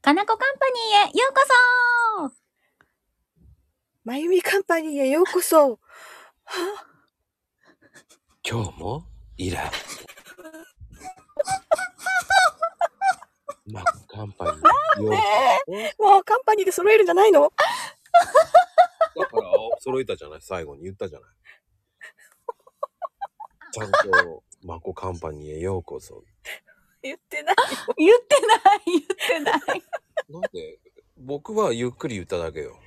かなこカンパニーへようこそまゆみカンパニーへようこ そ。今日もイ ライ。マックカンパニー。よだもうカンパニーで揃えるんじゃないのから、揃えたじゃない最後に言ったじゃない。ちゃんと、マコカンパニーへようこそ。言ってない。言ってない、言ってない。なんで、僕はゆっくり言っただけよ。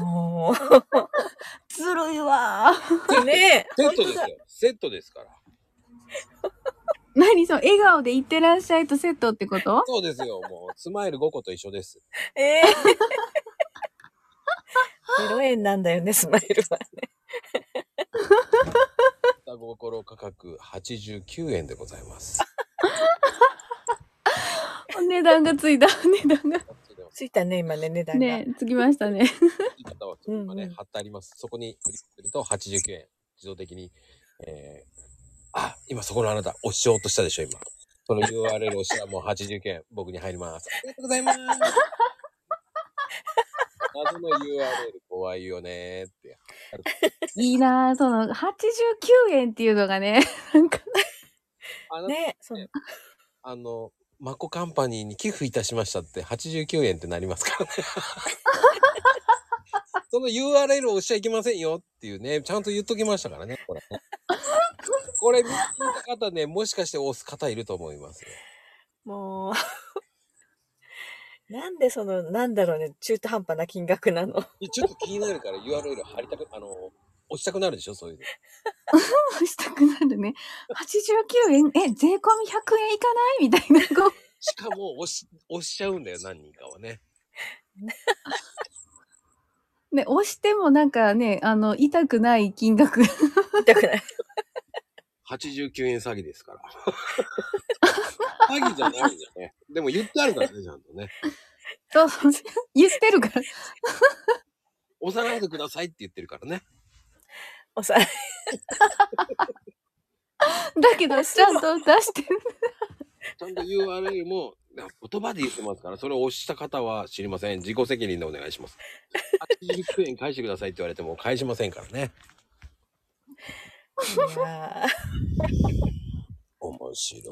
も ずるいわ。う。ねセットですよ。セットですから。何そう、笑顔で言ってらっしゃいとセットってことそうですよ。もう、スマイル5個と一緒です。え。 ええ。0円なんだよね、スマイルはね。下心価格89円でございます。値段がついた、値段が。ついたね、今ね、値段が。ねえ、つきましたね。いい方はそこがね、うんうん貼ってあります。そこにクリックすると89円、自動的に、えー、あ、今そこのあなた、押しようとしたでしょ、今。その URL を押したらもう89円、僕に入ります。ありがとうござ います。謎の URL 怖いよねーって。いいなぁ、その、89円っていうのがね、なんか、あなねそうねあの、マコカンパニーに寄付いたしましたって89円ってなりますからね。その URL を押しちゃいけませんよっていうね、ちゃんと言っときましたからね、これね。これ見た方ね、もしかして押す方いると思いますよ。もう。 なんでその、なんだろうね、中途半端な金額なの。いやちょっと気になるから URL 貼りたく、あの、押したくなるでしょ、そういうの。したくなるね。89円、え、税込み100円いかないみたいな、こう。しかも押し、押しちゃうんだよ、何人かはね。ね、押してもなんかね、あの、痛くない金額。痛くない。 89円詐欺ですから。詐欺じゃないんだよね。でも言ってあるからね、ちゃんとね。そう、言ってるから。押さないでくださいって言ってるからね。おさらいだけど、ちゃんと出してる。ちゃんと URL も言葉で言ってますから、それを押した方は知りません。自己責任でお願いします。89円返してくださいって言われても返しませんからね。や面白い。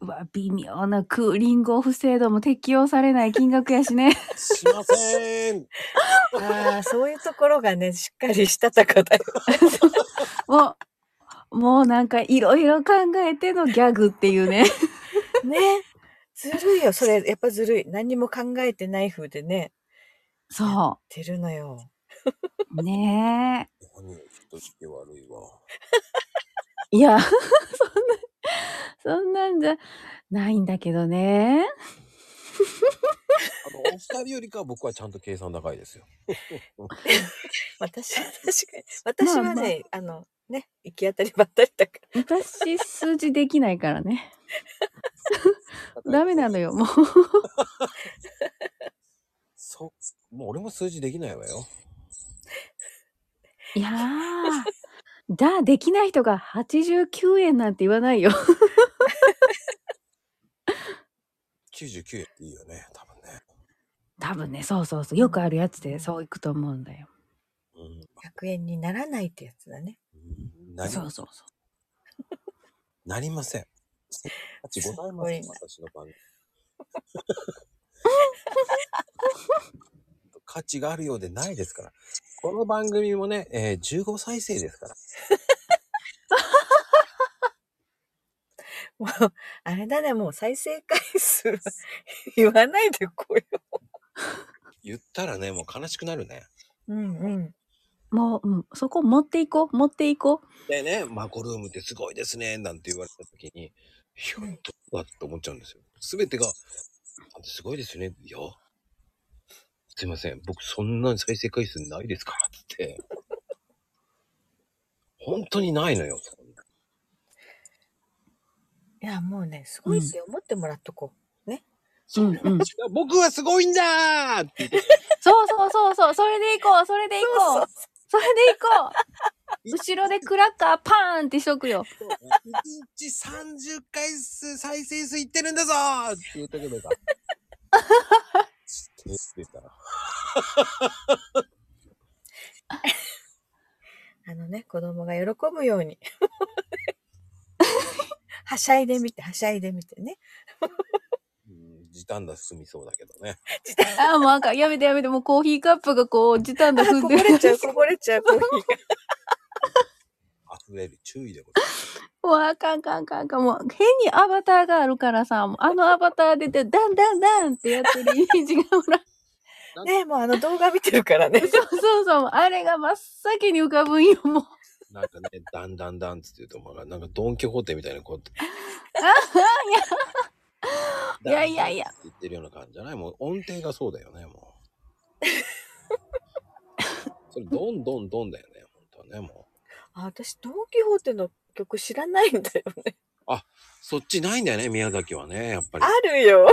うわ、微妙なクーリングオフ制度も適用されない金額やしね。 しません。ーあーそういうところがね、しっかりしたたかだよ。もう、もうなんかいろいろ考えてのギャグっていうね。ね。ずるいよ、それ、やっぱずるい。何も考えてない風でね、 そてるのよ。う。ね何人して悪いわ。え。いや、 そんな、そんなんじゃないんだけどね。あの、お二人よりかは僕はちゃんと計算高いですよ。私は確かに。私まあはまあね、あの、ね、行き当たりばったりだから。私、数字できないから ね。ダメなのよ、もう。そう。もう俺も数字できないわよ。いやー。じゃあ、できない人が89円なんて言わないよ。 99円っていいよね、多分ね。多分ね、そうそうそう。よくあるやつでそういくと思うんだよ。うん100円にならないってやつだね。うん。なりそうそうそう。なりません。価値ございますごせいん、な私の番組。 価値があるようでないですから。この番組もね、えー15再生ですから。もう、あれだね、もう再生回数は 言わないでこうよ。言ったらね、もう悲しくなるね。うんうん。もう、うん、そこ持っていこう、持っていこう。でね、マコルームってすごいですね、なんて言われた時に、いや、どうだって思っちゃうんですよ。すべてが、あんたすごいですね。いや、すいません、僕そんなに再生回数ないですから、つって。本当にないのよ。いや、もうね、すごいですよ。持ってもらっとこそううんうん 僕はすごいんだーって言って、そうそうそうそう、それでいこう、それでいこう。それでいこ後ろでクラッカーパーンってしとくよ。日30回数再生数いってるんだぞーって言ったけどさ。知ってたら。あのね、子供が喜ぶように。 はしゃいでみて、はしゃいでみてね。うん時短だ済みそうだけどね。ああ、もうなんか、やめてやめて、もうコーヒーカップがこう、時短で踏こんぼでる。れちゃう、こぼれちゃう、コーヒーが。溢れる注意でございます。もうあかんあかんあかんあかん。もう変にアバターがあるからさ、もうあのアバターでて、ダンダンダンってやってるイメージがほら、ねもうあの動画見てるからね。そうそうそう、あれが真っ先に浮かぶんよ、もう。なんかね、 だんだんだんつって言うと、まあ、なんかドン・キホーテみたいなこうやって。 いやいやいやだんだんって言ってるような感じじゃないもう音程がそうだよね、も う。それ、どんどんどんだよね、本当はね、もう。あ、私、ドン・キホーテの曲知らないんだよね。そっちないんだよね、宮崎はね、やっぱりあ。るよ。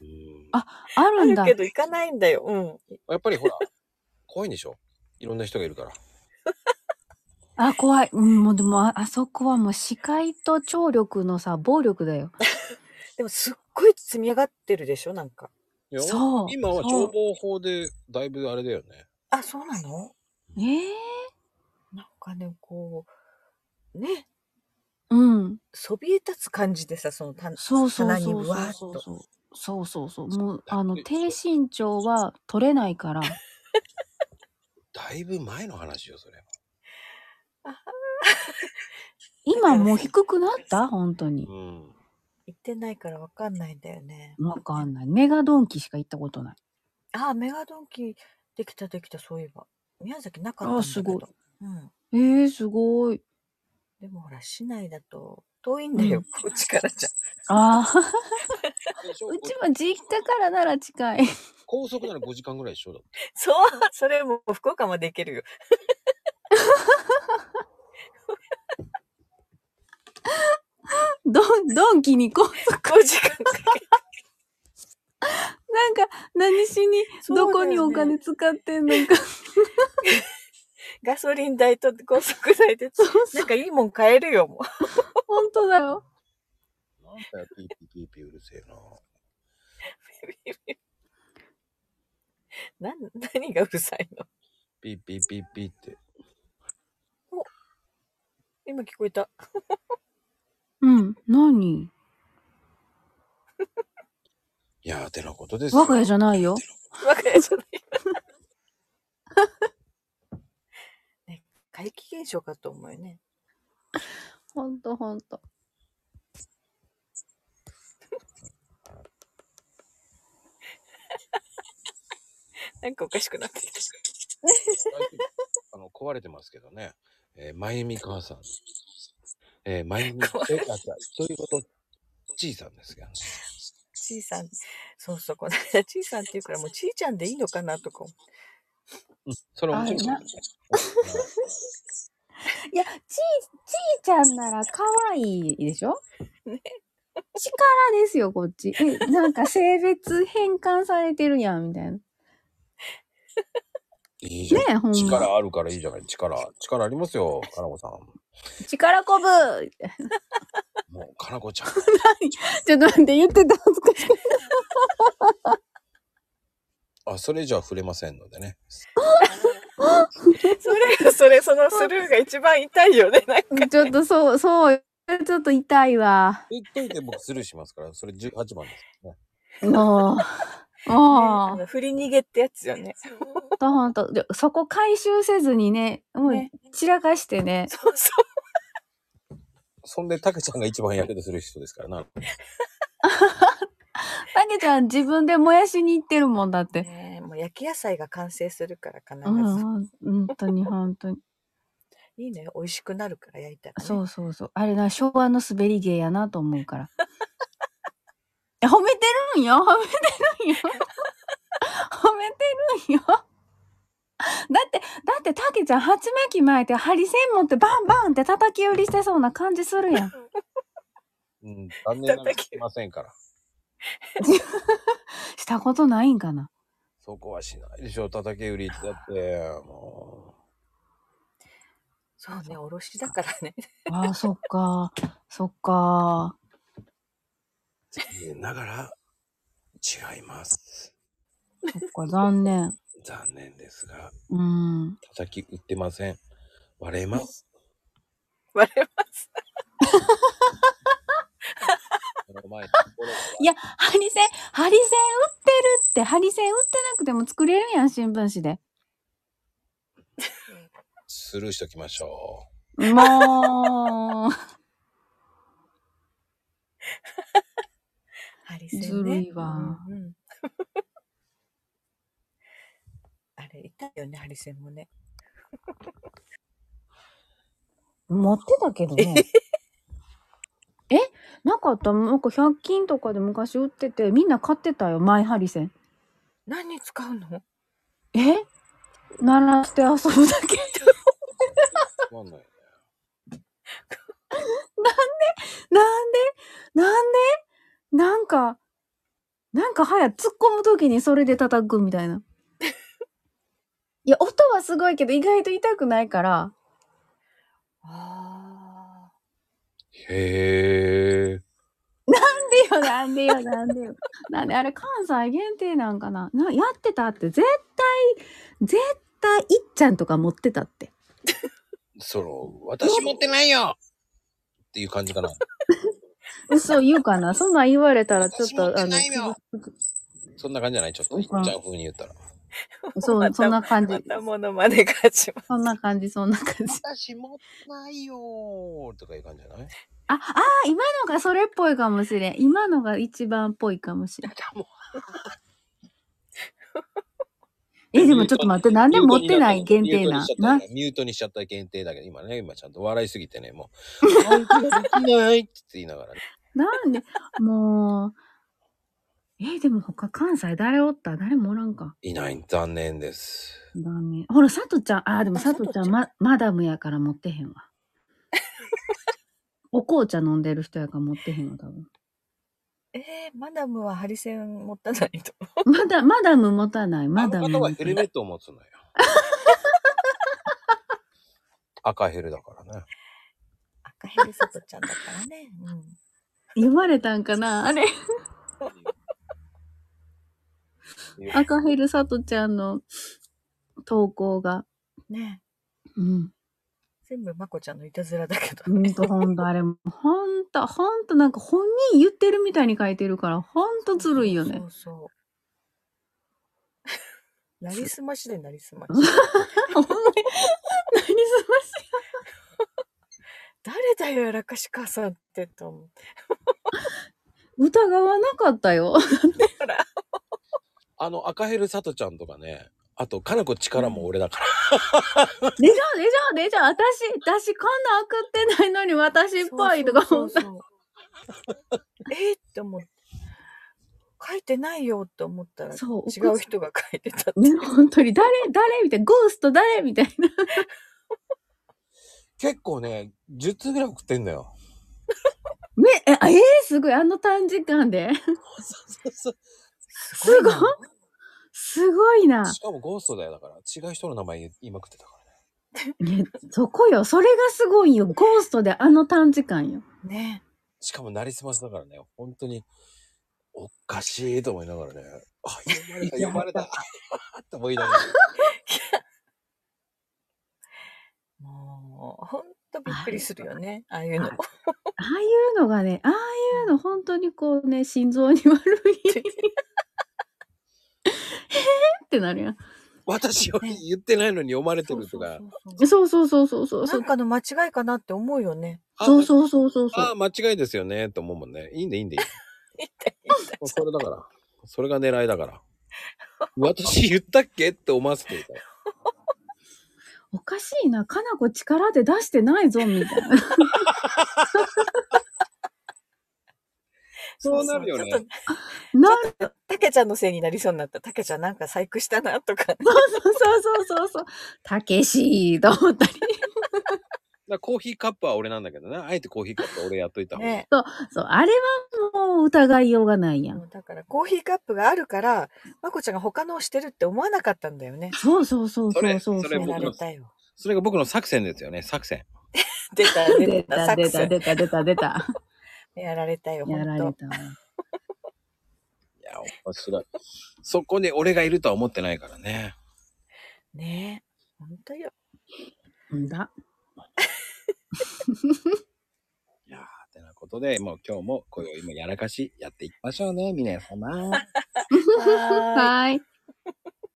うんあああるんるだ。けど行かないんだよ。うん。やっぱりほら、怖いんでしょいろんな人がいるから。あ、怖い。うん、もうでも、ああそこはもう視界と聴力のさ、暴力だよ。でも、すっごい積み上がってるでしょ、なんか。いやそう今はそう消防法で、だいぶあれだよね。あ、そうなのええなんかね、こう、ね、うん。そびえ立つ感じでさ、その棚そうそう棚にそうぶわそうーそうっと。そう。そうそうそう。もう、だってあの、低身長は取れない から。だいぶ前の話よ、それ。今もう低くなった本当にう。ん。行ってないからわかんないんだよね。わかんない。メガドンキしか行ったことない。あ、メガドンキできたできた、そういえば。宮崎なかったんだけど。あすごいうん。えー、すごい。でもほら、市内だと遠いんだよ、こっちからじゃ。ああ、あれでしょうちも実家からなら近い。 高速なら5時間ぐらいでしょだって。そう、それも福岡まで行け るよ。ドン、ドンキに行こう。 5時間かけて。なんか、何しに、そうだよどこねにお金使ってんのか。ガソリン代と高速代で、そうそなう、んかいいもん買えるよ、もう。本当だよ。なんだよ、ピーピーピーピーうるせえな。 なん何がうるさいのピーピーピーピーって。今聞こえた。うん、何いやー、てなことですよ。我が家じゃないよ。わかるじゃない。ね、怪奇現象かと思うよね。ほんとほんと。なんかおかしくなってきた。あの、壊れてますけどね。えー、まゆみ母さん。えー、まゆみ、え、あ、違う、そういうこと、ちいさんですけどね。ちいさん、そうそう、この間ちいさんっていうからもうちいちゃんでいいのかなと か思う。うん、それ面白いあな。いや、ちい、ちいちゃんなら可愛いでし ょね力ですよ、こっち。え、なんか性別変換されてるやん、みたいな。ねいいじゃん。え、ほんま。力あるからいいじゃない。力、力ありますよ、かなこさん。力こぶもう、かなこちゃん。ちょっと待って、言ってた。恥ずかしい。あ、それじゃ触れませんのでね。それ、それ、そのスルーが一番痛いよね。なんかちょっとそう、そう、ちょっと痛いわ。言っといて僕スルーしますから、それ18番ですからね。も う、あもの振り逃げってやつよね。う、ほんとほんと。でそこ回収せずにね、もう ね散らかしてね。そうそそんで、たけちゃんが一番やけどする人ですからな。たけちゃん自分で燃やしに行ってるもんだっう。て。ねえもう焼き野菜が完成するから必ず。うん、ほん本当に本当に。いいね。美味しくなるから焼いたら、ね。そうそうそう。あれな、昭和の滑り芸やなと思うから。 え褒めてるんよ褒めてるんよ 褒めてるんよだって、だって、たけちゃん、鉢巻き巻いて、針線持って、バンバンって叩き売りしてそうな感じする やん。うん、残念ながらしませんから。したことないんかな。そこはしないでしょ、叩き売りって。だって、もそうね、おろしだからね。 ああ、そっか。そっか。残念ながら、違います。そっか、残念。残念ですが、うん。叩き売ってません。割れます。割れます。この前、いや、ハリセン、ハリセン売ってるって、ハリセン売ってなくても作れるやん、新聞紙で。スルーしときましょもハリセンね。ずるいわうん うんあれ、いたよね、ハリセンもね。う、持ってたけどね。 えなかったなんか100均とかで昔売ってて、みんな買ってたよ、マイハリセン。何に使うのえ鳴らして遊ぶ だけ。う。わかんないね。なんでなんでなんか、なんか早突っ込むときにそれで叩くみたいな。 いや、音はすごいけど意外と痛くないから、あへえ。なんでよ、なんでよ、なんでよ。なんで、あれ関西限定なんかななやってたって、絶対、絶対、いっちゃんとか持ってたって。その、私持ってないよっていう感じかな。嘘言うかなそんなん言われたらちょっ私持っと、てあのないよ、そんな感じじゃないちょっと、うんひっちゃん風に言ったら。そう、そんな感あ。じま。たものまね勝ちまそんな感じ、そんな感じ。私持ってないよーとかいう感じじゃないあ、あー、今のがそれっぽいかもしれん。今のが一番っぽいかもしれん。え、でもちょっと待って、なんで持ってない限定な。な、ミュートにしちゃった限定だけど、今ね、今ちゃんと笑いすぎてね、も う、本当にできないって言いながらね。なんで、もう。え、でも他関西誰おった誰もおらんか。いない、残念です。だね。ほら、さとちゃん。あー、でもあさとちゃさとん、ちゃんま、マダムやから持ってへんわ。 お紅茶飲んでる人やから持ってへんわ、多 分。えー、マダムはハリセン持たないと。まだ、マダム持たない、マダあムの方持はたヘなルメい。ットを持 つのよ。赤ヘルだからね。赤ヘルサトちゃんだからね。うん言われたんか なあれ。赤ヘルさとちゃんの投稿が。ねうん。え全部まこちゃんのいたずらだけど。ほんとほんと、あれも。ほんと、ほんとなんか本人言ってるみたいに書いてるから、ほんとずるいよねそ。う そう。なりすましでなりすまし。ほんまに。 何す誰だよ、やらかし母さんってと思う。まし疑わなかったよ。あの赤ヘルサトちゃんとかね、あと、かなこ力も俺だから。でしょでしょでしょ私、私こんな送ってないのに私っぽいとか思った。そうそうそうそうえーって思って。書いてないよって思ったら、違そう。う人が書いてたって。ね、本当に誰誰みたいな。ゴースト誰みたいな。結構ね、10通ぐらい送ってんだよ。めえ、あえー、すごい。あの短時間で。そうそうそうすごい。すごいな。しかもゴーストだよだから違う人の名前言いまくってたからねいやそこよ。それがすごいよ。ゴーストであの短時間よ。ねしかもなりすましだからね本当におかしいと思いながらねあ読まれた読まれたと思いながらえもう、ほんとびっくりするよね。ああいうの。ああいうのがね、ああいうの本当にこうね、心臓 に悪い。へえってなるやん。私より言ってないのに読まれてるとかそうそうそうそうそうそうそそうそうな。うんかの間違いかなって思うよね。そうそうそうそうあそあ間違いですよねと思うもんねいいんでいいんでいいんで言ってもうそれだからそれが狙いだから私言ったっけって思わせていたう。おかしいな。かなこ力で出してないぞ、みたいな。 そうなるよそうそうちょっねとなるたけちゃんのせいになりそうになった。たけちゃんなんか細工したなとか。そうそうそうそうそう。たけしーと思ったり。だからコーヒーカップは俺なんだけどねあえてコーヒーカップは俺やっといた方がいいね。そう、あれはもう疑いようがないやん。だからコーヒーカップがあるから、まこちゃんが他のをしてるって思わなかったんだよね。そうそうそうそうそうそれそうや僕らのれたよ。それが僕の作戦ですよね、作戦。出た、 出出た、た、出作た、戦。出た、出た、出た。やられたよ、やら本れた当わ。いや、面白い。そこに俺がいるとは思ってないからね。ねえ。本当よ。んだ。いやー、てなことで、もう今日も今宵もやらかしやっていきましょうね、皆様。はーいはーい。